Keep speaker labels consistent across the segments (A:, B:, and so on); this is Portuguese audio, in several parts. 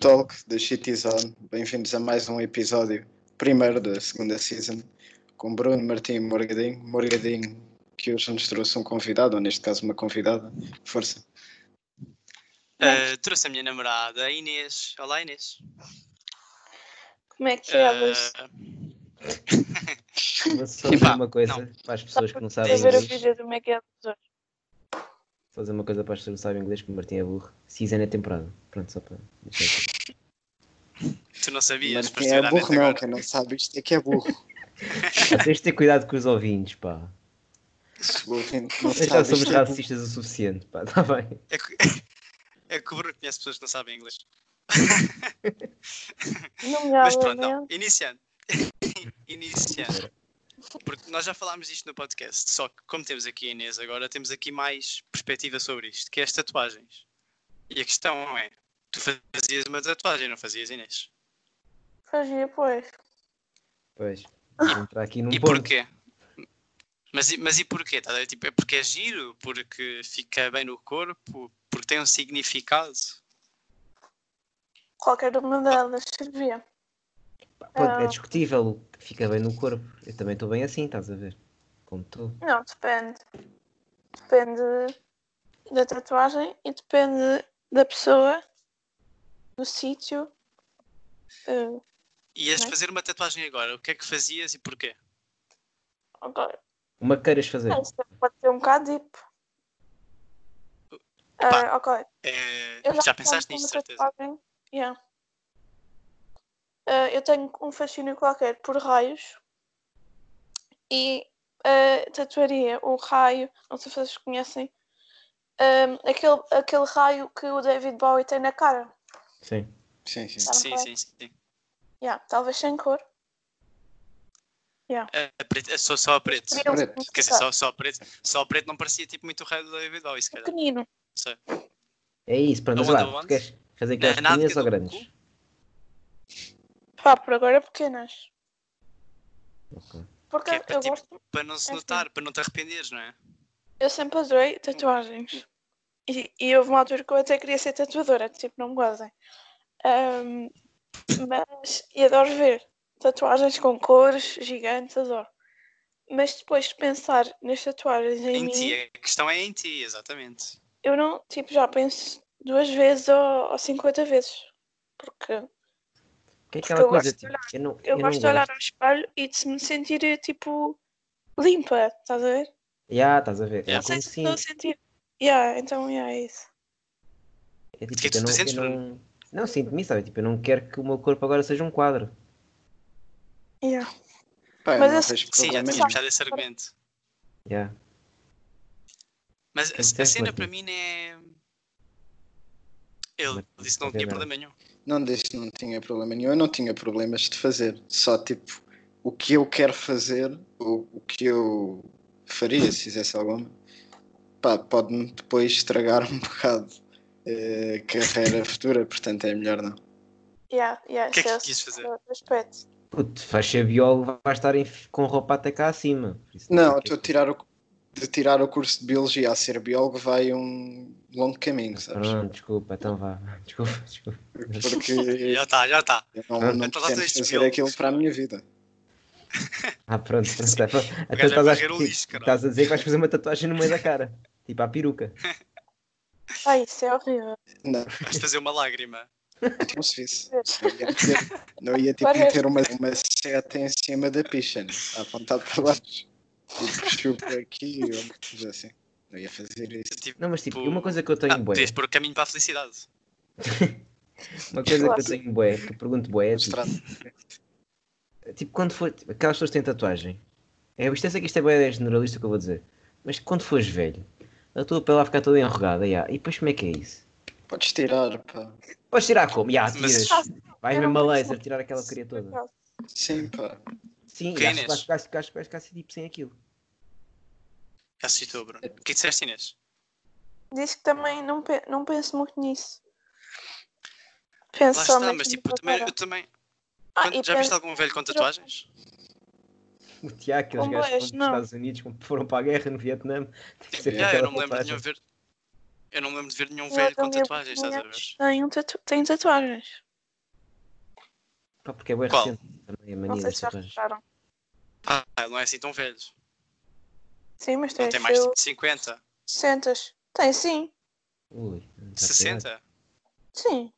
A: Talk da Shitizone. Bem-vindos a mais um episódio, primeiro da segunda season, com Bruno Martim Morgadinho. Morgadinho, que hoje nos trouxe um convidado, ou neste caso uma convidada. Força.
B: Uh, trouxe a minha namorada, a Inês. Olá, Inês.
C: Como é que
B: Eh,
C: é, Luís?
D: Mas só fazer uma coisa
B: não.
D: para as pessoas que não sabem
C: Quer ver o
D: inglês.
C: vídeo do Mac é dos outros.
D: Só Fazer uma coisa para as pessoas que não sabem inglês, que o Martim é burro. Season é temporada. Pronto, só para. deixar aqui.
B: Tu não sabias,
A: Martim
B: foste
A: é
B: olhar
A: burro,
B: até
A: não.
B: agora.
A: Quem não sabe isto é que é burro.
D: Vocês têm cuidado com os ouvintes, pá.
A: O ouvinte não
D: Nós já
A: sabe
D: somos
A: isto é burro.
D: racistas o suficiente, pá. Está bem.
B: É que, é que o Bruno conhece pessoas que não sabem inglês.
A: Tá
B: Mas pronto, não.
C: Nomeadamente,
B: Iniciando. Iniciando. Porque nós já falámos disto no podcast, só que como temos aqui a Inês agora, temos aqui mais perspectiva sobre isto, que é as tatuagens. E a questão é, tu fazias uma tatuagem, não fazias, Inês?
C: fazia, pois.
D: Pois. Vamos entrar aqui num
B: E
D: ponto.
B: porquê? Mas, e- mas e porquê? Tá a ver? Tipo, é porque é giro, porque fica bem no corpo, porque tem um significado.
C: Qualquer uma delas servia.
D: Pronto, é
C: Ah.
D: discutível. o que Fica bem no corpo. Eu também estou bem assim, estás a ver? Como tu.
C: Não, depende. Depende da tatuagem e depende da pessoa, do sítio. Eh,
B: Ias
C: Bem.
B: fazer uma tatuagem agora, o que é que fazias e porquê?
C: agora,
D: Uma queiras fazer.
C: não, isso pode ser um bocado deep. Eh, ok,
B: É,
C: Eu
B: já, pensaste
C: faço
B: nisto,
C: uma
B: certeza?
C: tatuagem. Yeah. Ah, eu tenho um fascínio qualquer por raios e ah, tatuaria o raio, não sei se vocês conhecem, ah, aquele, aquele raio que o David Bowie tem na cara.
D: Sim.
A: Sim, sim.
C: Sabe
B: Sim,
C: qual é?
B: sim, sim.
C: Yeah, talvez sem cor.
B: A- a preto- a- só, só a preto.
C: Seria um
A: Preto.
B: Quer dizer,
C: significado
B: só, só a preto. Só a preto não parecia tipo muito o raio do David Bowie, se calhar.
C: pequenino.
B: Não sei.
D: É isso. Pronto, mas
B: Aonde,
D: lá.
B: aonde?
D: Tu queres fazer
B: Na
D: aquelas
B: nádega
D: pequenas ou
B: do
D: grandes? é
C: Pá, por agora é pequenas.
D: Ok.
C: Porque
B: Que é para
C: eu
B: tipo-
C: gosto,
B: Para não se
C: É assim.
B: notar, para não te arrependeres, não é?
C: eu sempre adorei tatuagens. E, e houve uma altura que eu até queria ser tatuadora, tipo, não me gozem. Ahm, mas, e adoro ver tatuagens com cores gigantes, adoro. Mas depois de pensar nas tatuagens em,
B: Em
C: mim,
B: ti, a questão é em ti, exatamente.
C: eu não, tipo, já penso duas vezes ou, ou 50 vezes. Porque
D: Que é
C: Porque
D: aquela
C: eu
D: coisa,
C: gosto de
D: tipo, eu não,
C: eu,
D: não
C: gosto de olhar ao espelho e de se me sentir, tipo, limpa, estás a ver?
D: Ya, estás a ver?
B: Ya.
D: É
C: Não sei
D: como
C: se
D: sim.
C: estou a sentir. Yeah, então, yeah, é isso.
D: É tipo,
B: que é que
D: eu
B: tu
D: não,
B: sentes,
D: eu não, não sinto-me, sabe? Tipo, eu não quero que o meu corpo agora seja um quadro.
C: Yeah.
A: Pá, eu
C: Mas
A: não
C: esse-
A: vejo
B: assim, Sim, é já
A: problema
B: tinha
A: nenhum.
B: puxado esse argumento.
D: Yeah.
B: Mas
D: Quem
B: a, a
D: disseste,
B: cena
D: Martim?
B: para mim é. Ele
D: Martim,
B: disse que não
D: qualquer
B: tinha
D: merda.
B: problema nenhum.
A: Não disse não tinha problema nenhum. Eu não tinha problemas de fazer. Só tipo, o que eu quero fazer, o, o que eu faria se fizesse alguma, pá, pode-me depois estragar um bocado eh, a carreira futura, portanto é melhor não.
C: Yeah, yeah,
B: O que é que
C: esse
B: quis fazer?
C: outro aspecto.
D: Puto, faz ser biólogo, vai estar em- com roupa até cá acima. Por isso
A: Não,
D: sei
A: eu
D: o que
A: estou
D: é
A: a
D: que-
A: tirar o, de tirar o curso de biologia a ser biólogo vai um longo
D: É
A: caminho, sabes?
D: Pronto, desculpa, então vá. Desculpa, desculpa.
A: Porque
B: Já
A: eu
B: está, já está.
A: não,
D: Ah.
A: não
B: Então lá
A: pretendo
B: tens de
A: fazer
B: biólogo.
A: aquilo para a minha vida.
D: Ah, pronto, pronto. Tá,
B: gajo
D: pronto.
B: vai
D: Então estás a,
B: varrer o lixo, caralho.
D: estás a dizer que vais fazer uma tatuagem no meio da cara. Tipo à peruca.
C: Ah, isso é horrível.
A: Não,
B: Vais fazer uma lágrima.
A: não se visse. Não ia, ter, não ia tipo
C: Parece.
A: meter uma, uma seta em cima da picha, né? a apontar para baixo. Tipo, chupa aqui ou uma coisa assim. Não ia fazer isso.
B: Tipo,
D: Não, mas tipo,
B: Tipo,
D: uma coisa que eu tenho
B: ah,
D: bué.
B: podias pôr o caminho para a felicidade.
D: Uma coisa que eu
C: Claro.
D: tenho bué, que eu pergunto bué, é tipo,
A: Mostrado.
D: tipo, quando for. tipo, aquelas pessoas que têm tatuagem. É, isto, eu sei que isto é bem generalista o que eu vou dizer. Mas quando fores velho, a tua pele vai ficar toda enrugada, já. e depois como é que é isso?
A: Podes tirar, pá.
D: Podes tirar como? Já,
C: Mas-
D: tiras. Vais
C: Eu não
D: mesmo a
C: penso.
D: laser tirar aquela cria toda.
A: Sim, pá.
D: Sim,
B: Que
D: acho
B: Inês?
D: que vais- acho que acho que vais ficar assim, tipo sem aquilo.
B: Já se citou, Bruno. O que disseste, Inês?
C: Diz que também não, pe- não penso muito nisso. Penso
B: Lá
C: É só
B: está,
C: mesmo
B: mas
C: na
B: tipo, eu também,
C: cara.
B: eu também.
C: Ah,
B: Quando-
C: e
B: já viste
C: penso,
B: algum velho com tatuagens?
D: O Tiago, aqueles
C: Como
D: gajos que
C: és,
D: foram dos
C: não.
D: Estados Unidos, quando foram para a guerra no Vietnã. deve ser
B: Já, eu
D: aquela
B: não me lembro de
D: É, tatuagem.
B: nenhum ver. Eu não me lembro de ver nenhum
C: eu
B: velho com
C: também
B: tatuagens, estás a ver?
C: tenho, tatu- tenho um tatuagens.
D: Pá, porque é bem
B: Qual?
D: recente também a
C: Não
D: mania
C: sei
D: das
C: se já
D: tatuagens.
C: repararam.
B: Ah, ele não é assim tão velho.
C: Sim, mas
B: Ele
C: tem,
B: tem mais
C: seu
B: tipo de
D: Tá
B: 50,
C: 60. Tem sim.
D: Ui, não tá
B: 60.
C: Sim.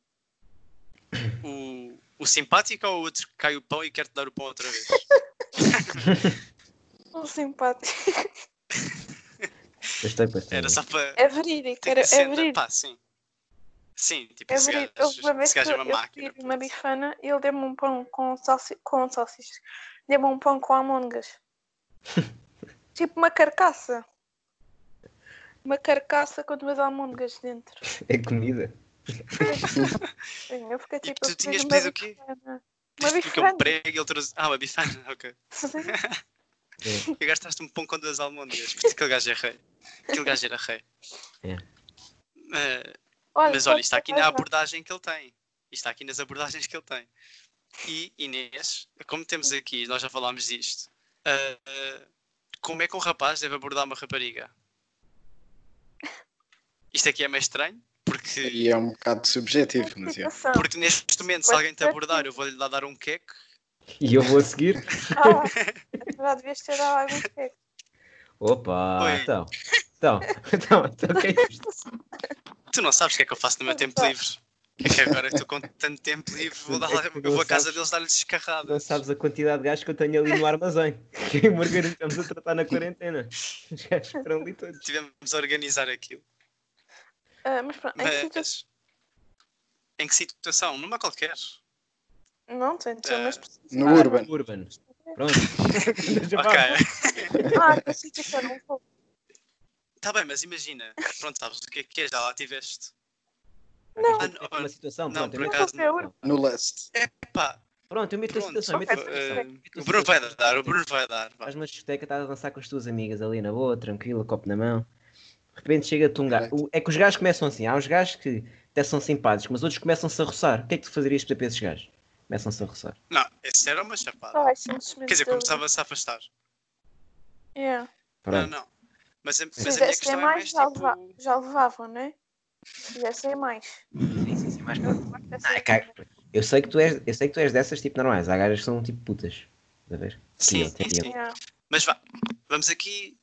B: O, o simpático ou o outro que cai o pão e quer-te dar o pão outra vez?
C: Um simpático.
D: cuidado. Gostei bastante.
B: Era só para.
C: É verídico.
B: Tem
C: Era, é
B: 60,
C: verídico.
B: pá, sim. Sim, tipo,
C: É
B: esse
C: verídico.
B: gajo,
C: Houve uma vez
B: esse
C: que
B: gajo é uma
C: eu
B: máquina.
C: tive uma bifana e ele deu-me um pão com, salsi com salsichas. Deu-me um pão com almôndegas. tipo uma carcaça. Uma carcaça com duas almôndegas dentro.
D: É comida.
C: Sim, eu fiquei
B: E
C: tipo...
B: tu
C: eu
B: tinhas
C: fiz
B: pedido o quê?
C: bifana. Uma
B: Dizes porque é
C: bifana.
B: um prego e ele trouxe. Ah, uma bifana, ok.
C: Sim.
D: É.
B: E gastaste um pão com duas almôndegas, porque aquele gajo é rei. Aquele gajo era rei.
D: É.
B: Eh, mas olha,
C: posso
B: está aqui
C: contar
B: na
C: uma?
B: abordagem que ele tem. Isto Está aqui nas abordagens que ele tem. E Inês, como temos aqui, nós já falámos disto. eh, eh, como é que um rapaz deve abordar uma rapariga? Isto aqui é meio estranho, porque,
A: E é um bocado subjetivo, mas é.
C: Situação.
B: porque neste momento, se
C: Pois
B: alguém te
C: é, sim.
B: abordar, eu vou-lhe lá dar um queque.
D: E eu vou a seguir.
C: Ah, já devias ter dado algum cheque.
D: Opa,
B: Oi.
D: então. Então, então, então, o que é isto?
B: Tu não sabes o que é que eu faço no meu tempo livre. É que agora estou com tanto tempo livre, vou, dar,
D: É que tu
B: eu vou à
D: não
B: casa
D: sabes.
B: deles dar-lhes descarrada.
D: Não sabes a quantidade de gajos que eu tenho ali no armazém. Que Margarida estamos a tratar na quarentena. Os gajos estão ali todos.
B: Tivemos a organizar aquilo.
C: Ah, mas pronto, em que situação?
B: Mas. É, Em que situação? Numa qualquer.
C: Não, tenho
B: Ah,
C: mas
A: No
D: Ah,
A: Urban.
D: Urban. Pronto. Já
B: Ok.
D: vá.
C: Ah, que situação, não vou.
B: Tá bem, mas imagina. Pronto, sabes o que é que é, já lá tiveste.
D: Não.
B: Ah,
D: Ah,
B: não,
D: uma situação,
B: não,
D: pronto.
B: por
D: eu meto-
B: acaso
C: não.
D: pronto.
A: No Lust.
B: Pá,
D: Pronto, eu meto a
B: pronto.
D: situação. eu meto a
C: ok,
D: situação.
B: eh,
D: Meto a
B: o Bruno vai
D: situação.
B: dar, o Bruno vai dar. vá.
D: Estás numa discoteca, estás a dançar com as tuas amigas ali na boa, tranquilo, copo na mão. De repente chega-te um gajo.
A: Correto.
D: O- É que os gajos começam assim. Há uns gajos que até são simpáticos, mas outros começam-se a roçar. O que é que tu fazerias para esses gajos? Começam-se a roçar.
B: Não, esse era uma chapada.
C: Ai, simplesmente.
B: Quer dizer,
C: eu-
B: começava-se a afastar.
C: Yeah.
B: Não,
D: Pronto.
B: não. Mas, a-
C: Se
B: mas a minha
C: fizessem
B: questão é
C: mais,
B: mais
C: já, leva-
B: tipo.
C: já levavam, não é? Se fizessem mais.
D: Sim, sim, sim, mais
C: Não, não
D: Ah, é cá- eu sei que tu és, eu sei que tu és dessas tipo normais, há gajas que são tipo putas. Estás a ver?
B: Sim,
D: Sim,
B: sim,
D: sim.
B: sim. Mas vá, vamos aqui.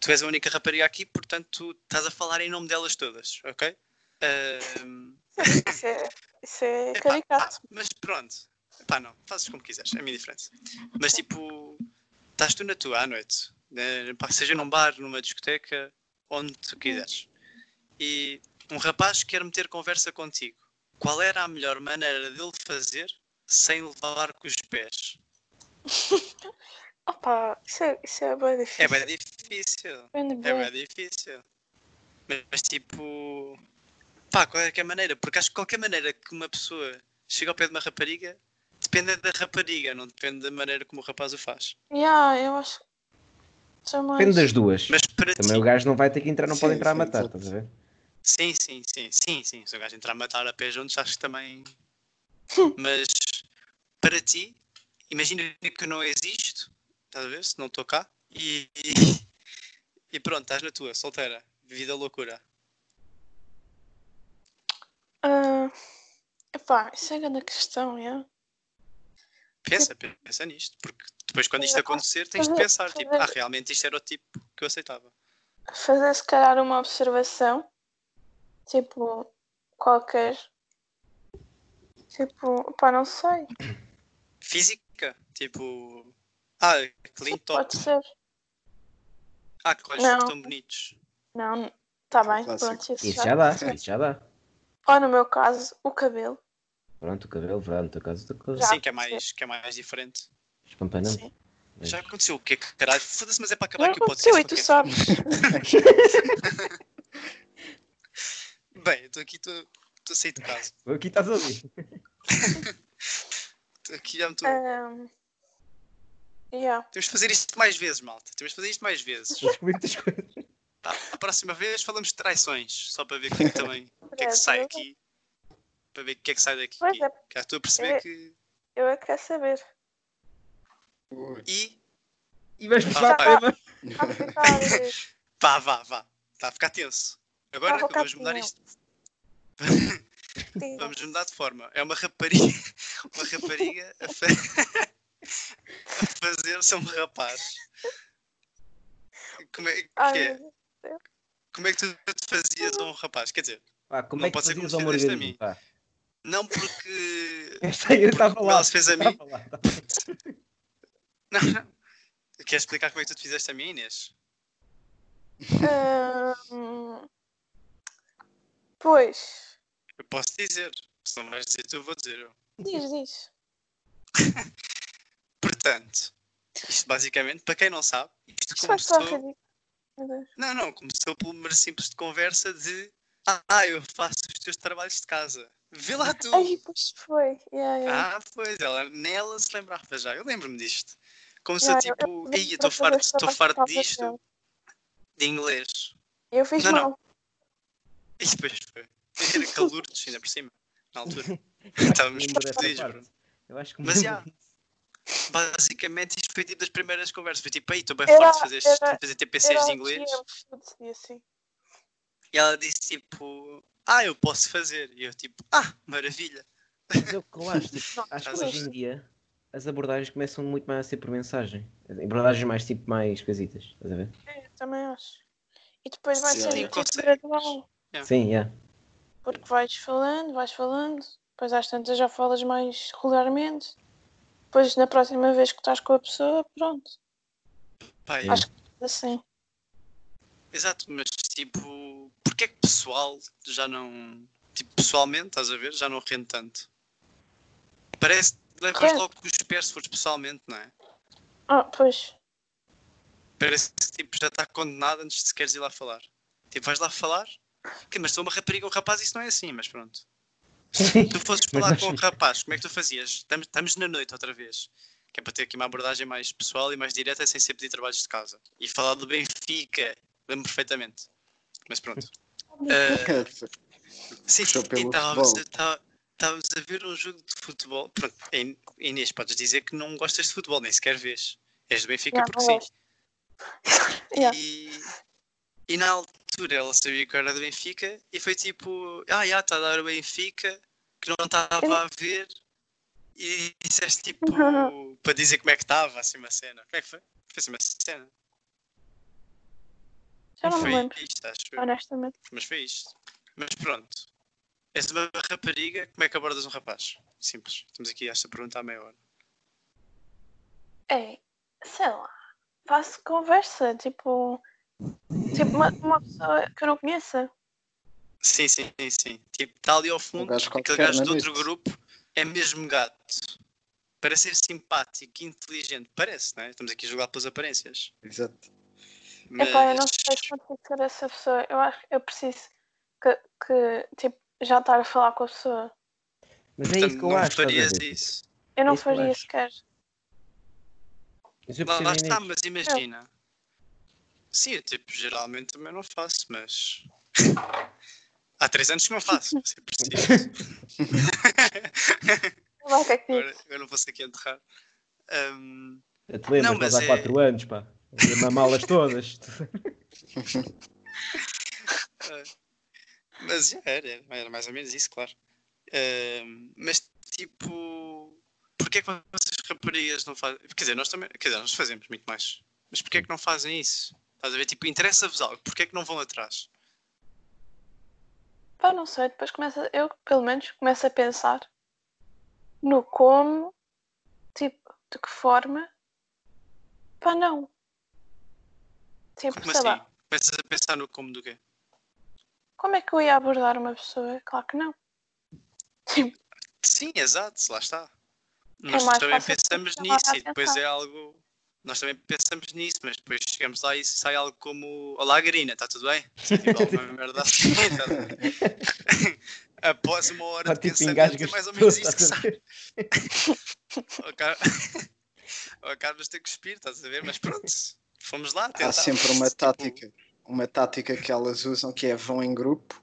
B: Tu és a única rapariga aqui, portanto, tu estás a falar em nome delas todas, ok? Ahm,
C: Isso é, isso é
B: epá,
C: caricato.
B: pá, mas pronto, pá, não, fazes como quiseres, é a minha diferença. Mas tipo, estás tu na tua à noite, né, pá, seja num bar, numa discoteca, onde tu quiseres. E um rapaz quer meter conversa contigo. Qual era a melhor maneira dele fazer sem levar com os pés?
C: Opa, isso é, isso é bem difícil.
B: É bem difícil.
C: Depende
B: É
C: bem.
B: bem difícil. Mas, mas, tipo. Pá, qualquer maneira. Porque acho que qualquer maneira que uma pessoa chega ao pé de uma rapariga depende da rapariga, não depende da maneira como o rapaz o faz.
C: Yeah, eu acho que. são mais-
D: Depende das duas.
B: Mas para
D: Também
B: ti.
D: o gajo não vai ter que entrar, não
A: Sim,
D: pode entrar a
A: sim,
D: matar,
A: exato.
D: estás a ver?
B: Sim, sim, sim, sim, sim. Se o gajo entrar a matar a pé juntos, acho que também. Mas para ti, imagina que eu não existo, estás a ver? Se não estou cá. E, e, e pronto, estás na tua, solteira. Vida loucura.
C: Ah, epá, isso é grande questão, yeah.
B: Pensa, pensa nisto, porque depois quando isto
C: Ah,
B: acontecer tens de
C: fazer-
B: pensar, tipo,
C: fazer-
B: ah, realmente isto era o tipo que eu aceitava.
C: fazer se calhar uma observação, tipo, qualquer. Tipo, pá, não sei.
B: Física, tipo, ah, clean top,
C: Pode ser.
B: ah, que olhos
C: Não.
B: tão bonitos.
C: Não, tá bem,
A: clássico.
C: pronto. Isso
D: Isso
C: já.
D: já dá,
A: Sim.
D: isso já dá.
C: Ou no meu caso, o cabelo.
D: Pronto, o cabelo, pronto, no teu caso, outra coisa.
C: Já.
B: Sim, que é mais, que é mais diferente.
D: Espampanante.
C: Sim.
D: Mas-
B: Já aconteceu o quê? Caralho, foda-se, mas é para
C: Já
B: acabar que o podcast.
C: aconteceu e tu
B: porque-
C: sabes.
B: é- Bem, eu estou aqui, estou estou a sair de casa.
D: Aqui estás a ouvir.
B: Estou Aqui já me
C: É.
B: estou.
C: Ahm, yeah.
B: Temos de fazer isto mais vezes, malta. Temos de fazer isto mais vezes.
D: Descobri muitas coisas.
B: Tá, a próxima vez falamos de traições, só para ver o que é que também o que é que sai aqui. Para ver o que é que sai daqui.
C: Pois é,
B: Já estou a perceber
C: É.
B: que.
C: eu é que quero saber.
A: Ui.
B: E
D: E vais
B: Tá.
D: puxar a tema.
C: Vai ficar-
B: vá, vá, vá. Está a ficar tenso. Agora
C: Tá a ficar
B: vamos mudar
C: tenso.
B: isto. Vamos mudar de forma. É uma rapariga. uma rapariga a, fa- a fazer-se um rapaz. Como é, que
C: Ai,
B: é?
C: meu Deus.
B: Como é que tu te fazias a um rapaz? Quer dizer,
D: Pá, como
B: Não
D: é que
B: pode ser que
D: fazias
B: me
D: ao
B: fizeste a
D: Margarida?
B: mim.
D: Pá?
B: não porque.
D: Esta aí eu estava
B: Como
D: lá.
B: ela se fez a mim.
D: Estava lá, estava lá.
B: Não, não. Queres explicar como é que tu te fizeste a mim, Inês? é.
C: Ahm, ehm, pois,
B: Eu posso dizer. Se não vais dizer tu, eu vou dizer eu.
C: diz, diz.
B: Portanto, isto basicamente, para quem não sabe, isto
C: Isto vai soar
B: começou.
C: ridículo. Meu Deus.
B: Não, não, começou por uma simples de conversa de Ah, eu faço os teus trabalhos de casa. Vê lá tu.
C: Ai, pois foi. Yeah, yeah.
B: Ah, pois, ela, nela se lembrava já. Eu lembro-me disto. Como se
C: Yeah,
B: eu, tipo,
C: lembro
B: ei, eu estou
C: para fazer
B: farto, estou
C: trabalho
B: farto
C: de casa
B: disto, de inglês.
C: Eu fiz
B: Não, não.
C: mal.
B: E depois foi. Era calor, ainda por cima, na altura. Estávamos
D: Lembro dessa
B: perdidos,
D: parte.
B: Bruno.
D: Eu acho que
B: Mas
D: me
B: já.
D: lembro.
B: Basicamente, isto foi tipo das primeiras conversas. Foi tipo, ei, estou bem
C: Era-
B: farto de fazer, estes-
C: era-
B: fazer TPCs é de
C: Era
B: inglês.
C: GM, food, e assim.
B: E ela disse tipo, ah, eu posso fazer. E eu tipo, ah, maravilha.
D: Mas eu, eu acho, tipo,
C: Não,
D: acho que
B: mas-
D: hoje em dia as abordagens começam muito mais a ser por mensagem. Abordagens mais tipo mais coisitas, estás a ver?
C: Eu também acho. E depois vai
A: Sim,
C: ser
A: sim,
C: um tipo
B: consegues.
C: gradual.
B: Yeah.
D: Sim, yeah.
C: Porque vais falando, vais falando. Depois às tantas já falas mais regularmente. Depois na próxima vez que estás com a pessoa, pronto.
B: Pá, e-
D: Acho
C: Assim.
B: Exato, mas tipo, porque é que pessoal já não. Tipo, pessoalmente, estás a ver? Já não rende tanto. Parece. Lembras
C: Rende.
B: logo que os pés se fores pessoalmente, não é?
C: Ah, pois.
B: Parece que tipo, já está condenado antes de sequeres ir lá falar. Tipo, vais lá falar? Que, mas sou uma rapariga ou um rapaz, isso não é assim, mas pronto.
D: Sim.
B: Tu fosses
D: Mas
B: falar
D: nós-
B: com um rapaz, como é que tu fazias? Estamos, estamos na noite outra vez. Que é para ter aqui uma abordagem mais pessoal e mais direta sem ser pedir trabalhos de casa. E falar do Benfica, lembro perfeitamente. Mas pronto. Ah, Sim,
A: Só
B: e
A: pelo
B: estávamos a,
A: futebol.
B: tá- estávamos a ver um jogo de futebol. Pronto, In- Inês, podes dizer que não gostas de futebol, nem sequer vês. És do Benfica
C: Já,
B: porque
C: não
B: sim.
C: Yeah.
B: E, e na altura ela sabia que eu era do Benfica e foi tipo: Ah, já está a dar o Benfica, que não
C: Eu-
B: estava a ver. E disseste tipo para dizer como é que estava, assim uma cena. Como é que foi? Foi assim uma cena.
C: Já não
B: foi
C: me lembro,
B: isto, acho eu.
C: honestamente.
B: Mas foi isto. Mas pronto. És uma rapariga, como é que abordas um rapaz? Simples. Estamos aqui a esta pergunta há meia hora.
C: É, sei lá. Faço conversa, tipo. Tipo, uma, uma pessoa que eu não conheça.
B: Sim, sim, sim, sim. Tipo, está ali ao fundo,
A: Um gajo
B: aquele
A: qualquer
B: gajo
A: na
B: do outro
A: noite.
B: grupo é mesmo gato. Para ser simpático, inteligente, parece, não é? Estamos aqui a jogar pelas aparências.
A: Exato.
B: Mas...
C: Epá, eu não sei quanto ser essa pessoa. Eu acho que eu preciso que, que tipo, já estar a falar com a pessoa.
D: Mas é
B: Portanto,
D: isso que
B: não
D: eu acho. estás a
B: farias
D: ver?
B: isso.
C: Eu não
D: Isso eu
C: faria
D: acho.
C: sequer.
D: Mas eu
B: Lá,
D: percebo
B: lá
D: a
B: está,
D: Inês.
B: mas imagina. Sim, eu, tipo, geralmente também não faço, mas. Há três anos que não faço, tipo, se preciso.
C: Sei lá o que é que diz.
B: agora, agora não vou ser aqui a enterrar. Ahm,
D: Eu te lembro,
B: Não, mas
D: nós há
B: é-
D: 4 anos, pá. Eu Mamá-las todas.
B: mas já era, era, era mais ou menos isso, claro. Ahm, mas tipo, porquê é que vocês raparigas não fazem? Quer dizer, nós também, quer dizer, nós fazemos muito mais. Mas porquê é que não fazem isso? Estás a ver? Tipo, interessa-vos algo, porquê é que não vão atrás?
C: Pá, não sei. Depois começa, eu pelo menos começo a pensar no como, tipo, de que forma. Pá, não. Tipo,
B: Como
C: sei
B: assim?
C: lá.
B: Começas a pensar no como do quê?
C: Como é que eu ia abordar uma pessoa? Claro que não.
B: Sim, exato, lá está. Nós
C: É mais
B: também
C: fácil
B: pensamos
C: chamar a
B: nisso e depois
C: atenção.
B: é algo. Nós também pensamos nisso, mas depois chegamos lá e sai algo como Olá Garina, está tudo bem? Tipo, alguma merda assim, tá a ver? Após uma hora
C: Tá
D: Pá,
B: de pensamento
D: tipo,
B: é
D: engasgas
B: mais ou
D: tudo,
B: menos isso que
D: estás a
B: sai.
D: ver?
B: Ou Car- ou Acabas de cuspir, estás a ver? Mas pronto, fomos lá,
A: Há
B: tentámos.
A: sempre uma
B: Tipo,
A: tática, uma tática que elas usam que é vão em grupo,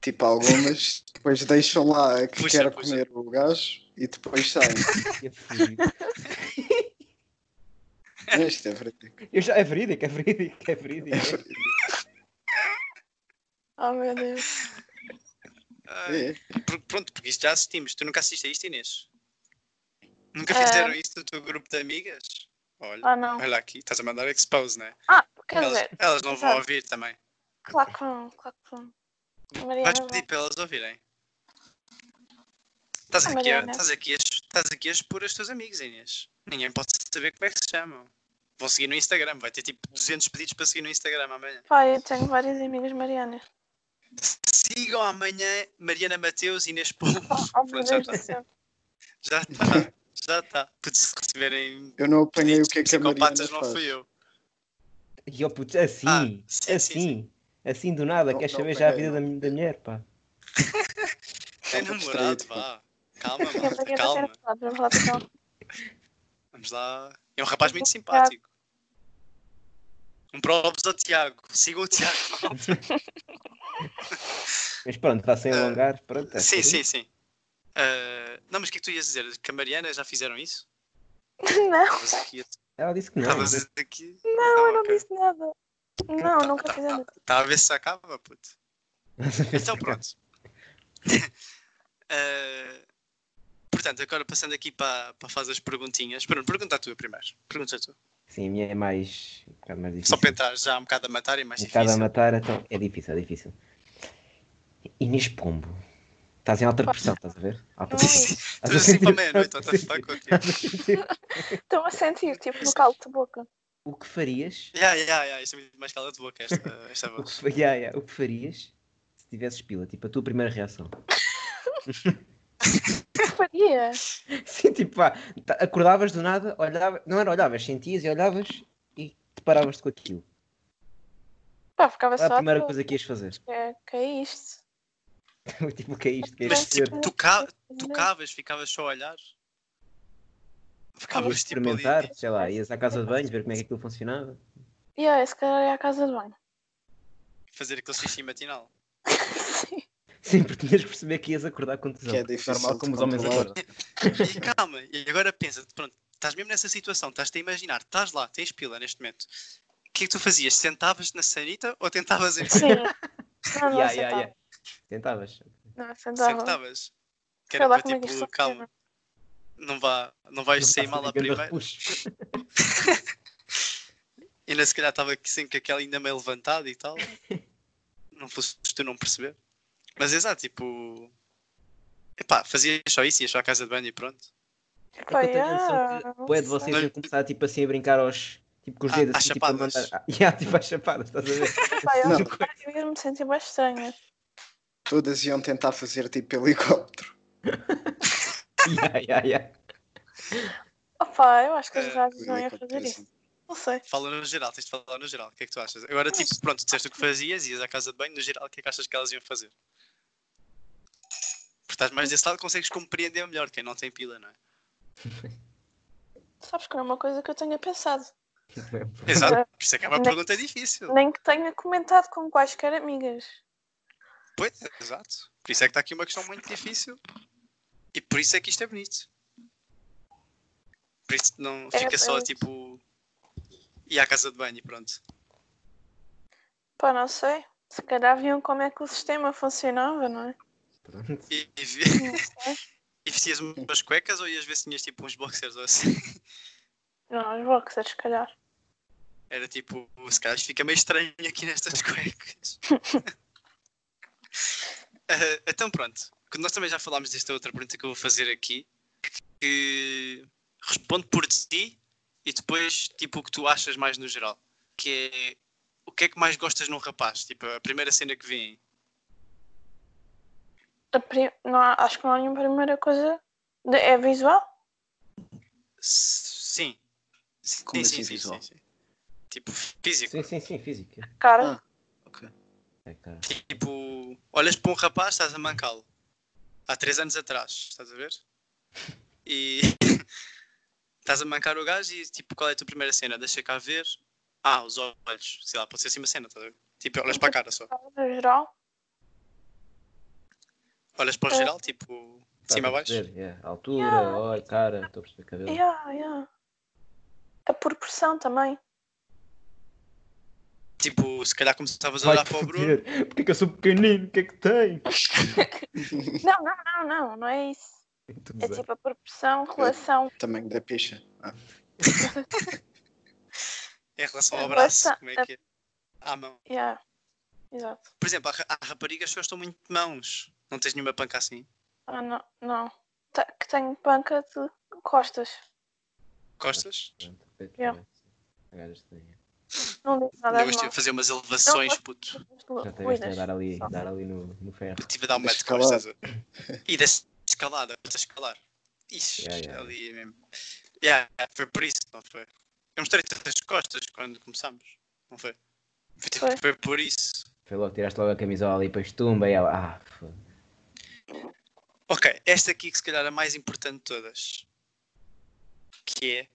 A: tipo algumas, depois deixam lá a que
B: Puxa,
A: quer
B: puxa.
A: comer o gajo e depois saem.
D: Que fugido.
A: Este é verídico.
D: Eu já, é verídico, é verídico, é verídico.
C: Oh meu Deus.
B: Ai,
A: É.
B: por- pronto, porque isto já assistimos. Tu nunca assististe a isto, Inês? Nunca
C: Ah.
B: fizeram isto no teu grupo de amigas? Olha,
C: Ah, não.
B: olha aqui, estás a mandar expose, não é?
C: Ah, quer
B: Elas,
C: dizer,
B: elas não vão
C: exato.
B: ouvir também.
C: claro que não, claro que não. A
B: Vais
C: Mariana,
B: pedir para elas ouvirem. Estás
C: Ah,
B: aqui, a,
C: Mariana.
B: estás, aqui a, estás aqui a expor os teus amigos, Inês. Ninguém pode saber como é que se chamam. Vão seguir no Instagram, vai ter tipo 200 pedidos para seguir no Instagram amanhã.
C: vai. Pá, eu tenho várias amigas Marianas.
B: Sigam amanhã Mariana Mateus e Inês Poulos.
C: Oh, meu
B: Pronto, já tá. está.
C: Deus do céu.
B: Já está. Já está. Putz, se receberem
A: Eu não apanhei o
B: pedidos
A: que é que a Mariana
B: psicopatas, não
A: faz.
B: fui eu.
D: E ó puto, assim,
B: Ah, sim, sim,
D: assim, assim do nada,
A: Não,
D: queres
A: não,
D: saber já a
A: peraí,
D: vida da, da mulher, pá.
B: Tem
A: Estava
B: namorado,
A: Tá um distraído, pá.
B: vá. Calma,
C: E a
B: malta,
C: Mariana já
B: calma.
C: era falada, vamos lá para ela.
B: Vamos lá. É um rapaz muito simpático. Um provas ao Tiago. Sigam o Tiago.
D: Mas pronto, está sem
B: Ah,
D: alongar, pronto. é
B: sim,
D: por
B: sim,
D: isso.
B: sim. Ah, não, mas o que é que tu ias dizer? Que a Mariana já fizeram isso?
C: Não,
B: Estavas aqui.
D: Ela disse que não.
B: Estavas aqui.
C: não, eu não
B: Ah, ok.
C: disse nada. Não,
B: Tá,
C: nunca
B: tá,
C: fiz nada.
B: Está a ver se acaba, puto. Então pronto. Eh, portanto, agora passando aqui para, para fazer as perguntinhas. Bruno, pergunta a tua primeiro. Pergunta a tua.
D: Sim, a minha é mais. Um bocado mais difícil.
B: Só para entrar já um bocado a matar é mais
D: Um bocado a
B: difícil.
D: matar, então é difícil, é difícil. Inês Pombo. Estás em alta pressão, estás a ver? Alta
C: Não,
D: pressão.
C: é isso.
D: Estás
B: Estás assim
D: sentir-
B: para a meia-noite, what the fuck, ok?
C: Estou a sentir, tipo, no calo de boca.
D: O que farias?
B: Ya, ya, ya, isto é muito mais cala de boca, esta, esta
D: O
B: voz.
D: que, fa- Ya, ya, o que farias se tivesses pila? Tipo, a tua primeira reação.
C: Que faria?
D: Sim, tipo, pá, tá- acordavas do nada, olhava, não era olhavas, sentias e olhavas e te paravas com aquilo.
C: Pá, ficava
D: Qual é
C: só
D: a primeira
C: tua.
D: coisa que ias fazer?
C: É, que é isto?
D: tipo, o que é isto? O que é
B: Mas
D: isto? ser?
B: tipo, toca- tocavas, ficavas só a olhar.
D: Ias
B: Ficavas tipo ali. tipo,
D: experimentar, sei lá, ias à casa de banho, ver como é que aquilo funcionava.
C: Yeah, esse cara é à casa de banho.
B: Fazer aquele xixi matinal.
C: Sim.
D: Sim, porque tinhas de perceber que ias acordar com tesão.
A: Que é
D: porque
A: difícil
D: normal
A: de
D: como os homens
A: controlar.
D: acordam.
B: E calma, e agora pensa, pronto, estás mesmo nessa situação, estás-te a imaginar, estás lá, tens pila neste momento. O que é que tu fazias? Sentavas na sanita ou tentavas em
C: Sim. Ah, Não, é não
D: Ya, ya,
C: aceitava.
D: ya. Tentavas.
C: Não aceitava.
B: Sentavas. é Que
C: Sei
B: era
C: lá
B: para
C: como é que isto
B: tipo,
C: funciona.
B: calma, não, vá, não vais
D: Não assim
B: sair
D: passa
B: mal à
D: de grande
B: primeira.
D: repuxo.
B: Ainda se calhar estava aqui sem que aquela ainda meio levantada e tal. não fosse tu não perceber. Mas exato, tipo. Epá, fazias só isso, ias só à casa de banho e pronto.
D: É que eu tenho a
C: Ah,
D: noção que bué de vocês
B: sei.
D: iam começar tipo assim a brincar aos. Tipo com os
B: Ah,
D: dedos
B: às
D: assim, tipo a
B: chapadas.
D: mandar. Ah, yeah, tipo às chapadas, estás a ver?
C: Pá, eu
A: Não.
C: acho que eu ia me sentir bem estranha.
A: Todas iam tentar fazer tipo helicóptero.
D: yeah, yeah, yeah.
C: Opá, eu acho que as
B: É,
C: rádios não iam
A: Helicóptero,
C: fazer isso.
A: assim.
C: Não sei.
B: Fala no geral, tens de falar no geral. O que é que tu achas? Agora, tipo, pronto, disseste o que fazias, ias à casa de banho, no geral, o que é que achas que elas iam fazer? Porque estás mais desse lado, consegues compreender melhor quem não tem pila, não é?
C: Sabes que não é uma coisa que eu tenha pensado.
B: Exato, por isso é que é uma
C: Nem-
B: pergunta difícil.
C: Nem que tenha comentado com quaisquer amigas.
B: Pois, exato. Por isso é que está aqui uma questão muito difícil e por isso é que isto é bonito. Por isso não
C: É,
B: fica só
C: pois.
B: tipo ir à casa de banho e pronto.
C: Pá, não sei. Se calhar viam como é que o sistema funcionava, não é?
D: Pronto.
B: E, e, vi-
C: Não sei.
B: e vestias umas cuecas ou ias ver se tinhas tipo uns boxers ou assim?
C: Não, os boxers, se calhar.
B: Era tipo, se calhar isto fica meio estranho aqui nestas cuecas. Ah, então pronto, que nós também já falámos desta outra pergunta que eu vou fazer aqui, que responde por ti e depois tipo o que tu achas mais no geral, que é o que é que mais gostas num rapaz, tipo a primeira cena que vem.
C: A pri- não há- acho que não há nenhuma primeira coisa. de- É visual?
B: S- Sim. Sim,
A: Como
B: sim,
A: assim
B: sim,
A: visual?
B: sim, sim. Tipo físico,
D: Sim, sim, sim, física.
C: Cara,
A: Ah. Ok.
D: É, cara.
B: tipo, olhas para um rapaz, estás a mancá-lo. Há três anos atrás, estás a ver? E estás a mancar o gajo e tipo, qual é a tua primeira cena? Deixa cá ver. Ah, os olhos, sei lá, pode ser assim uma cena, estás a ver? Tipo, olhas para a cara só.
C: no geral.
B: Olhas
C: É.
B: para o geral, tipo, de
D: Tá,
B: cima a
D: tô a
B: baixo.
D: perceber, yeah. Altura,
C: Yeah.
D: olho, cara, estou a perceber
B: É.
D: cabelo.
C: Yeah, yeah. A proporção também.
B: Tipo, se calhar começavas a
E: Vai
B: olhar
E: te
B: para o Bruno.
E: foder. Porquê que eu sou pequenino? O que é que tem?
C: Não, não, não, não, não é isso.
E: Tudo
C: É
E: bem.
C: tipo a proporção,
B: É.
C: relação.
A: Tamanho da picha. Ah,
B: Em relação ao
C: Em
B: braço,
C: relação-
B: como é que é? À mão.
C: Yeah. Exato.
B: Por exemplo, há, ra- há raparigas que gostam muito de mãos. Não tens nenhuma panca assim.
C: Ah, não, não. Tá- que tenho panca de costas.
B: Costas?
D: Pronto, perfeito,
C: Yeah.
D: né? Agora já tenho.
C: Não digo
B: Eu
C: nada de
B: gosto
C: mal.
B: de fazer umas elevações, puto.
D: Já
C: Mas
D: tiveste a
C: ruídas.
D: dar ali,
C: Só.
D: dar ali no, no ferro.
B: Estive a dar uma
A: Da
B: de costas. E da escalada, a escalar. Ixi,
D: Yeah, yeah.
B: ali é mesmo. Yeah, yeah, foi por isso, não foi? Eu mostrei-te as costas quando começámos, não foi? Foi, tipo-
C: Foi.
B: foi por isso.
D: Foi logo, tiraste logo a camisola e depois tumba e ela. Ah, foda.
B: Ok, esta aqui que se calhar é a mais importante de todas. Que é,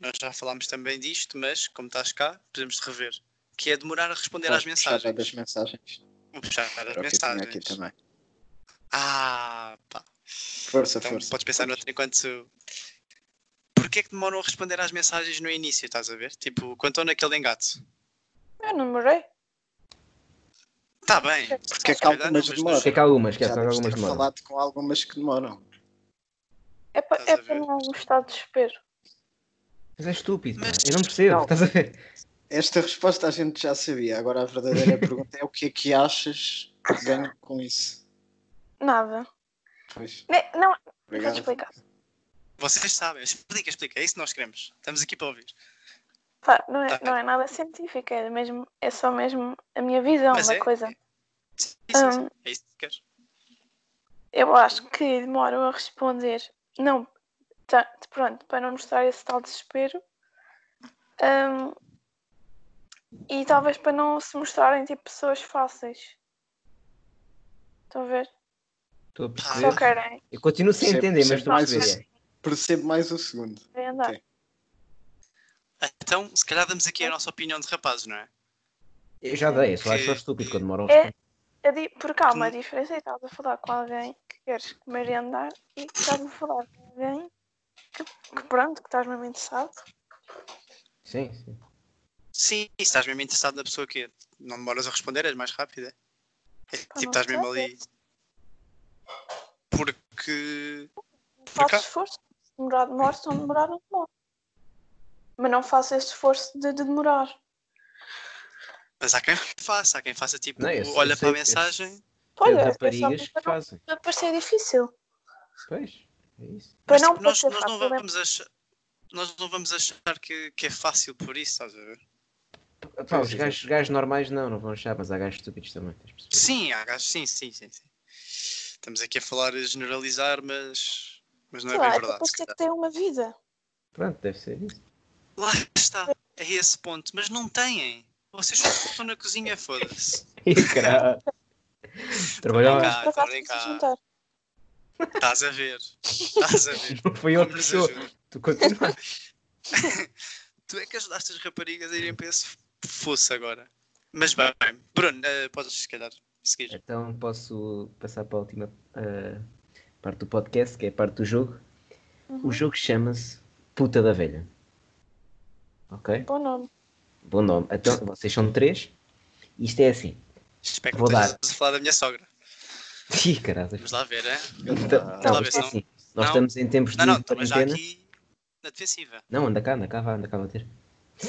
B: nós já falámos também disto, mas como estás cá, podemos te rever. Que é demorar a responder às
A: posso puxar já
B: mensagens.
A: das mensagens.
B: Vou puxar as
A: Era o que eu tinha aqui
B: mensagens.
A: também.
B: Ah, pá.
A: Força,
B: Então
A: força.
B: podes pensar noutra enquanto. Porquê é que demoram a responder às mensagens no início, estás a ver? Tipo, quando estão naquele engate.
C: Eu não demorei.
B: Está Tá bem.
A: Porque é
B: se
A: que
B: calhar
A: algumas
B: não, mas
A: demoram.
D: Esquece que algumas,
A: Já
D: esquece que
A: deves ter
D: algumas demoram.
A: Tá, falado com algumas que demoram.
C: É para
B: Estás a
C: é pa
B: ver?
C: não gostar de desespero.
D: Mas é estúpido,
B: Mas-
D: pá. Eu não percebo,
A: Não.
D: estás a ver?
A: Esta resposta a gente já sabia. Agora a verdadeira pergunta é o que é que achas que ganho com isso?
C: Nada.
A: Pois,
C: Ne- Não, vou
A: obrigado.
C: explicar.
B: Vocês sabem. Explica, explica. É isso que nós queremos. Estamos aqui para ouvir.
C: Pá, não, é,
B: Tá.
C: não é nada científico, é, mesmo, é só mesmo a minha visão
B: Mas
C: da
B: é-
C: coisa.
B: Sim, sim,
C: Ah.
B: sim. É isso que queres.
C: Eu acho que demoram a responder. Não, tá, pronto, para não mostrar esse tal desespero. Ahm, e talvez para não se mostrarem tipo pessoas fáceis. Estão a ver?
D: Estou a
C: Só
D: perceber.
C: querem
D: Eu continuo sem
A: Percebo-
D: entender, mas
A: percebo
D: estou a
A: mais o-
D: perceber.
A: Percebo mais o segundo.
C: andar.
A: Sim.
B: Então, se calhar damos aqui a nossa opinião de rapazes, não é?
D: Eu já dei, eu só acho
B: Que-
D: estúpido quando demoram a
C: É-
D: responder.
C: A di- Porque há uma
B: Tu-
C: diferença e estás a falar com alguém que queres comer e andar e estás a falar com alguém que, que pronto, que estás mesmo interessado.
D: Sim, sim.
B: Sim, se estás mesmo interessado na pessoa que é. não demoras a responder, és mais rápida. É,
C: Ah, não
B: tipo, estás mesmo
C: sei.
B: ali. Porque.
C: faço
B: acaso-
C: esforço. Se demorar, demoro. Se não demorar, não demoro. Mas não faço esse esforço de, de demorar.
B: Mas há quem faça, há quem faça tipo,
D: Não, eu sei-
B: olha para a
D: eu sei- eu-
B: mensagem.
C: Olha,
D: Tem
C: é só
D: raparigas que
C: para, não-
D: fazem.
C: para parecer difícil.
D: Pois, é isso.
C: Para
B: Mas,
C: não
B: tipo, nós,
C: parecer
B: nós não
C: fácil. é-
B: vamos achar, nós não vamos achar que, que é fácil por isso, estás a ver?
D: Pá, os gajos, os gajos normais não, não vão achar, mas há gajos estúpidos também. tens de perceber.
B: Sim, há gajos, sim, sim, sim, sim. Estamos aqui a falar a generalizar, mas, mas não
C: Sei
B: é
C: lá,
B: bem
C: é para
B: verdade. se
C: parecer que tem uma vida.
D: Pronto, deve ser isso.
B: calhar. Lá está, é esse ponto, mas não têm. Vocês só estão na cozinha, foda-se.
D: Ih, caralho. Trabalhava,
B: Ah, tá
C: Para cá
B: bem
C: se
B: cá.
C: juntar.
B: Estás a ver, estás a ver.
D: não foi eu
B: Como
D: que
B: nos
D: sou.
B: ajuda.
D: Tu continuaste.
B: Tu é que ajudaste as raparigas a irem para esse fosse agora. Mas bem, Bruno, eh, podes se calhar seguir.
D: Então posso passar para a última ah, parte do podcast, que é a parte do jogo. O jogo chama-se Puta da Velha. Ok?
C: Bom nome.
D: Bom nome. Então, vocês são três. Isto é assim.
B: Espero que
D: Vou
B: não
D: dar.
B: estejas a falar da minha sogra.
D: Ih, caralho.
B: Vamos lá ver, é?
D: Então,
A: Ah,
D: não,
B: lá ver
D: isto é
B: se
D: assim. Nós
B: não.
D: estamos em tempos de
B: Não, não, estamos já
D: quarentena.
B: aqui na defensiva.
D: Não, anda cá, anda cá, vá, anda cá bater.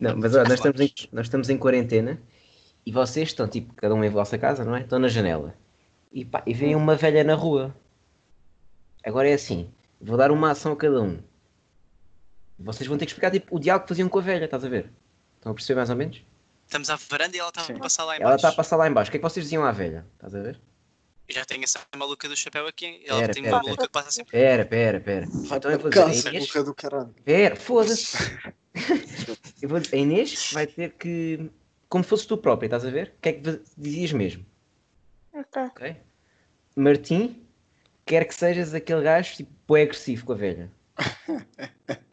D: Não, mas ó, nós, estamos em, nós estamos em quarentena e vocês estão, tipo, cada um em vossa casa, não é? Estão na janela. E pá, e vem uma velha na rua. Agora é assim, vou dar uma ação a cada um. Vocês vão ter que explicar, tipo, o diálogo que faziam com a velha, estás a ver? Estão a perceber mais ou menos?
B: Estamos à varanda e ela está a
A: Sim.
B: passar lá em
D: Ela
B: baixo.
D: está a passar lá em baixo. O que é que vocês diziam à velha? Estás a ver?
B: Eu já tenho essa maluca do chapéu aqui. Ela
D: Pera,
B: tem
D: pera,
B: uma maluca
C: pera.
B: que passa sempre.
D: Pera, pera, pera.
A: Vai
D: Então eu vou
A: para
D: dizer,
A: casa,
D: a Inês...
A: burra do caralho.
D: Pera, foda-se. Eu vou dizer, a Inês vai ter que... Como se fosses tu própria, estás a ver? O que é que dizias mesmo?
C: Ok.
D: Ok. Martim, quer que sejas aquele gajo tipo bué agressivo com a velha.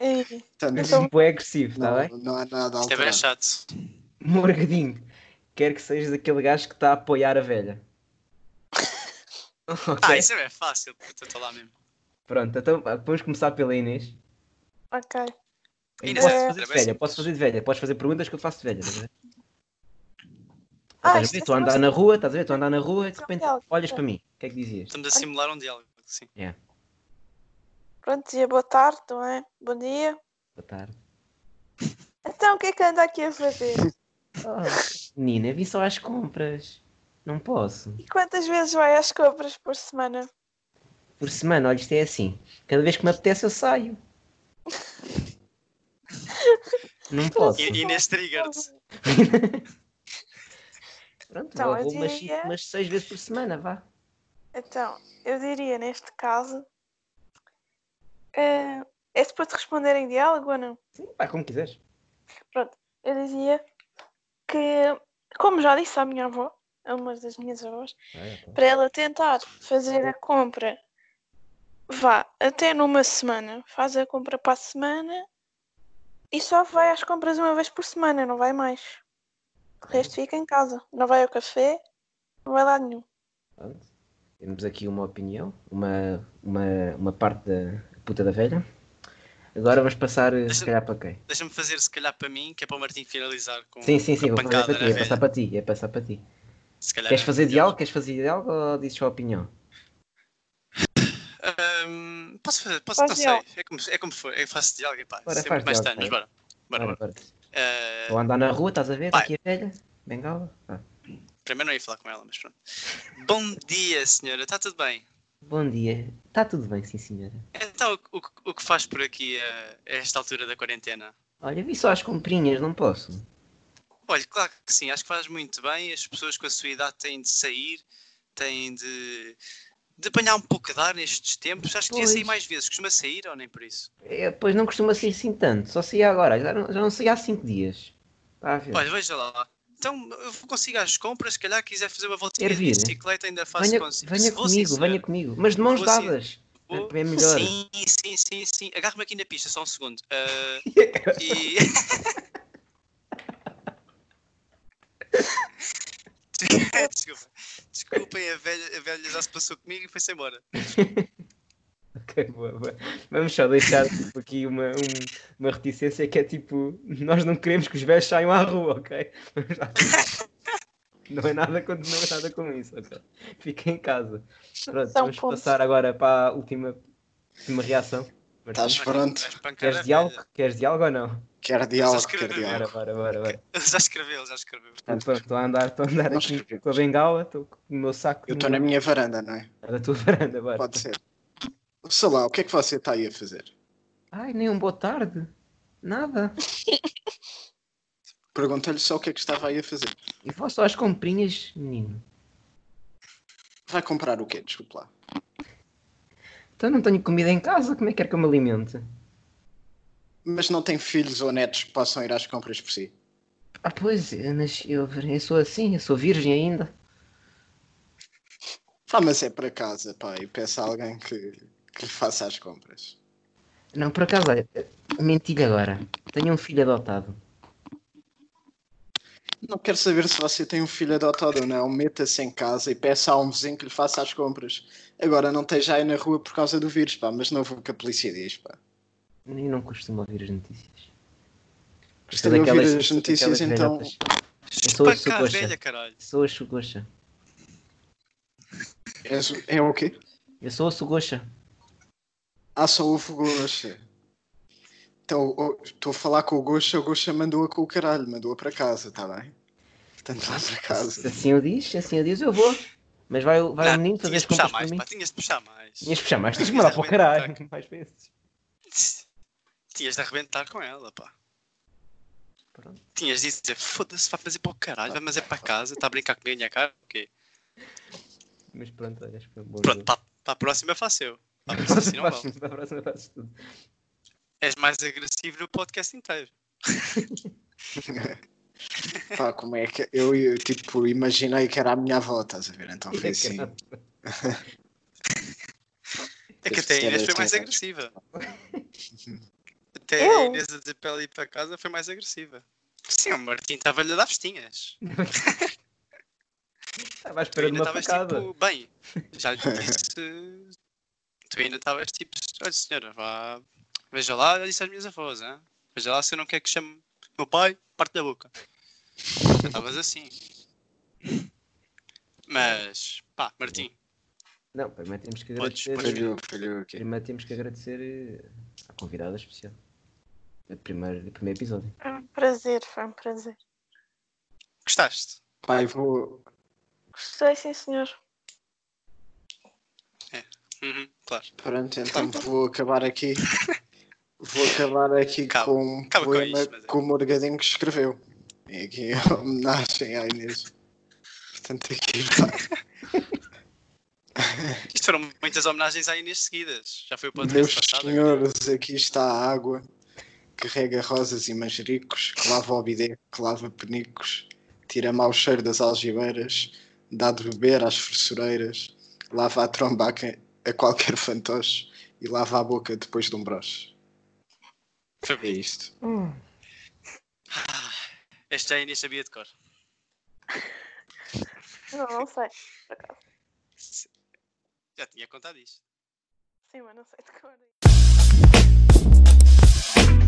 C: E-
A: Portanto,
C: Então-
D: Tipo bué agressivo, está
A: não,
D: bem?
A: não há nada a
B: Isto é bem
A: alterar.
B: chato.
D: Morgadinho, quer que sejas aquele gajo que está a apoiar a velha. ok.
B: Ah, isso é bem fácil, puta, estou lá mesmo.
D: Pronto, então pá, vamos começar pela Inês.
C: Ok.
D: Eu
B: Inês,
D: posso
B: é,
D: fazer de
B: atravessa.
D: velha, posso fazer de velha, podes fazer perguntas que eu faço de velha. estás a ver?
C: Ah,
D: estás a
C: isto
D: ver?
C: é
D: Estou a andar
C: fácil.
D: na rua, estás a ver? Estou a andar na rua e de
C: Isso é um
D: repente
C: diálogo.
D: olhas para mim. O que é que dizias?
B: Estamos a simular um diálogo, sim.
C: Pronto, dizia boa tarde, não é? Bom dia.
D: Boa tarde.
C: Então, o que é que anda aqui a fazer?
D: Ah, menina, vim só às compras. Não posso.
C: E quantas vezes vai às compras por semana?
D: Por semana, olha, isto é assim. Cada vez que me apetece eu saio. Não posso.
B: E- Inês Triggered.
D: Pronto,
C: Então,
D: vou,
C: eu
D: vou umas,
C: diria-
D: umas seis vezes por semana, vá.
C: Então, eu diria neste caso. eh, é suposto responder em diálogo ou não?
D: Sim, pá, como quiseres.
C: Eu dizia que, como já disse à minha avó, a uma das minhas avós,
D: É,
C: para ela tentar fazer a compra, vá até numa semana, faz a compra para a semana e só vai às compras uma vez por semana, não vai mais. O resto fica em casa, não vai ao café, não vai lá nenhum.
D: Pronto. Temos aqui uma opinião, uma, uma, uma parte da puta da velha. Agora vamos passar, eh, se
B: Deixa-
D: calhar, para quem?
B: Deixa-me fazer, se calhar, para mim, que é para o Martim finalizar com,
D: Sim, sim, sim,
B: com
D: vou
B: a
D: fazer
B: pancada né,
D: para ti,
B: na
D: é
B: velha.
D: passar para ti, é passar para ti.
B: Se calhar
D: Queres
B: é
D: fazer
B: melhor.
D: diálogo? Queres fazer diálogo ou dizes só a opinião?
B: Ahm, Hum, posso fazer? Posso,
C: Faz
B: não sei.
C: diálogo.
B: É como, é como for. Eu faço diálogo e pá.
D: Bora,
B: sempre
D: faz
B: mais
D: diálogo,
B: tanos,
D: vai.
B: bora. Bora, bora.
D: Bora, bora.
B: Ah,
D: Vou andar na rua, estás a ver? Está
B: Vai.
D: aqui a velha, bengala. Ah.
B: primeiro não ia falar com ela, mas pronto. Bom dia, senhora. Está tudo bem?
D: Bom dia, está tudo bem, sim senhora.
B: Então, o, que- o, que- o que faz por aqui ah, a esta altura da quarentena?
D: Olha, vi só as comprinhas, não posso.
B: Olha, claro que sim, acho que faz muito bem. As pessoas com a sua idade têm de sair, têm de, de apanhar um pouco de ar nestes tempos. Acho que devia sair
D: Pois.
B: mais vezes. Costuma sair ou nem por isso?
D: É, pois não costuma sair assim tanto, só saía agora, já não, já não saía há 5 dias. Está a ver?
B: Olha, veja lá. Então, eu vou consigo às compras. Se calhar quiser fazer uma voltinha
D: Quer
B: de
D: vir?
B: bicicleta, ainda faço
D: venha
B: consigo.
D: venha
B: Vou, sim,
D: comigo, venha
B: senhora.
D: comigo, mas de mãos
B: Vou, sim.
D: dadas.
B: Vou.
D: É melhor.
B: Sim, sim, sim, sim. Agarra-me aqui na pista, só um segundo. Ah, e. Desculpa. Desculpem, a velha, a velha já se passou comigo e foi-se embora.
D: Ok, boa, boa. Vamos só deixar tipo, aqui uma, um- uma reticência que é tipo, nós não queremos que os velhos saiam à rua, ok? Vamos lá. Não é nada com, não é nada com isso, ok? Fiquem em casa. Pronto,
C: São
D: vamos
C: pontos.
D: passar agora para a última, última reação.
A: Estás
B: Mas
A: pronto?
B: vais pancar a
D: Queres
B: velha.
D: diálogo? Queres diálogo ou não?
A: Quer diálogo,
B: escrever.
A: quer
D: Bora,
A: diálogo.
D: bora, bora, bora.
B: Já escreveu, já escreveu.
D: Estou estou a andar, estou a andar
A: Nós
D: aqui
A: escrevemos.
D: com a bengala, estou com o meu saco
A: Eu estou na minha varanda, não é?
D: da tua varanda, bora.
A: Pode ser. Sei lá, o que é que você está aí a fazer?
D: Ai, nem um boa tarde. Nada.
A: Pergunta-lhe só o que é que estava aí a fazer.
D: E vou só às comprinhas, menino.
A: Vai comprar o quê? Desculpe lá.
D: Então não tenho comida em casa, como é que quer que eu me alimente?
A: Mas não tem filhos ou netos que possam ir às compras por si.
D: Ah, pois, eu, nasci- eu, eu sou assim, eu sou virgem ainda.
A: Vá, mas é para casa, pá, e peça a alguém que, que lhe faça as compras.
D: Não, por acaso, olha, menti-lhe agora. Tenho um filho adotado.
A: Não quero saber se você tem um filho adotado ou não. Meta-se em casa e peça a um vizinho que lhe faça as compras. Agora não esteja aí na rua por causa do vírus, pá, mas não vou que a polícia diz, pá.
D: Nem não costumo ouvir as notícias. Sou
A: Gostaria de
D: daquelas-
A: ouvir as
D: sou
A: notícias,
D: daquelas
A: então.
D: velhotas. sou- eu sou
B: Espancar a
D: coxa.
B: velha, caralho.
D: Sou a Sugocha.
A: És- É o quê?
D: Eu sou a Sugocha.
A: Ah, só houve o Gosha. Então, o- estou a falar com o Gosha, o Gosha mandou-a com o caralho, mandou-a para casa, está bem? Portanto, lá para
D: Se
A: casa.
D: assim eu diz, se assim eu diz, eu vou. Mas vai, o- vai o
B: Ah, Não,
D: menino fazer
B: tinhas
D: as
B: de puxar
D: compras para
B: mais,
D: mim.
B: pá, tinhas de puxar mais.
D: Tinhas de puxar mais, tens de mandar para o caralho. Mais vezes.
B: Tinhas de arrebentar com ela, pá.
D: Pronto.
B: Tinhas de dizer, foda-se, vai fazer para o caralho, vai mas é para casa, está a brincar com a minha cara, ok.
D: Mas pronto, olha, acho que foi um bom
B: Pronto,
D: jogo.
B: para, para a próxima faço eu. Para a próxima, assim, não vale.
D: Tá Próximo, é para a próxima fazes tudo.
B: És mais agressivo no podcast inteiro.
A: Pá, como é que. Eu, eu, tipo, imaginei que era a minha avó, estás a ver? Então foi assim.
B: É que
A: Tens
B: até
A: que
B: a
A: ser
B: Inês foi mais
A: assim,
B: agressiva. Até a
C: Eu?
B: Inês a dizer para ela ir para casa foi mais agressiva. Sim, o Martim estava-lhe a dar festinhas.
D: Estava à
B: Tu
D: espera de
B: ainda
D: uma
B: estavas
D: facada.
B: tipo, bem, já lhe disse. tu ainda estavas tipo, olha senhora, vá, veja lá, já disse às minhas avós, hein? veja lá se eu não quero que chame meu pai, parte da boca. Já estavas assim. Mas, pá, Martim,
D: Não, primeiro temos que
B: Podes-
D: agradecer.
B: podes
A: Falhou, falhou aqui.
D: Primeiro temos que agradecer eh, à convidada especial. Do primeiro, do primeiro episódio.
C: Foi um prazer, foi um prazer.
B: gostaste?
A: Pai, vou.
C: Gostei, sim, senhor.
B: Uhum, claro.
A: Pronto, então vou acabar aqui. Vou acabar aqui
B: Acaba.
A: com um
B: Acaba com
A: poema
B: isto, mas é.
A: que o Morgadinho escreveu. E aqui é a homenagem à Inês. Portanto, aqui vai.
B: Isto foram muitas homenagens à Inês seguidas. Já foi o
A: Meus
B: podcast passado.
A: senhores, aqui está a água que rega rosas e manjericos, que lava o bidé, que lava penicos, tira mau cheiro das algibeiras, dá de beber às fressureiras, lava a tromba a, que- a qualquer fantoche e lava a boca depois de um broche.
B: Foi
A: É
B: bonito.
A: isto.
B: Este já é a Inês sabia de cor.
C: Não, não sei.
B: Já tinha contado isto.
C: Sim, mas não sei de cor.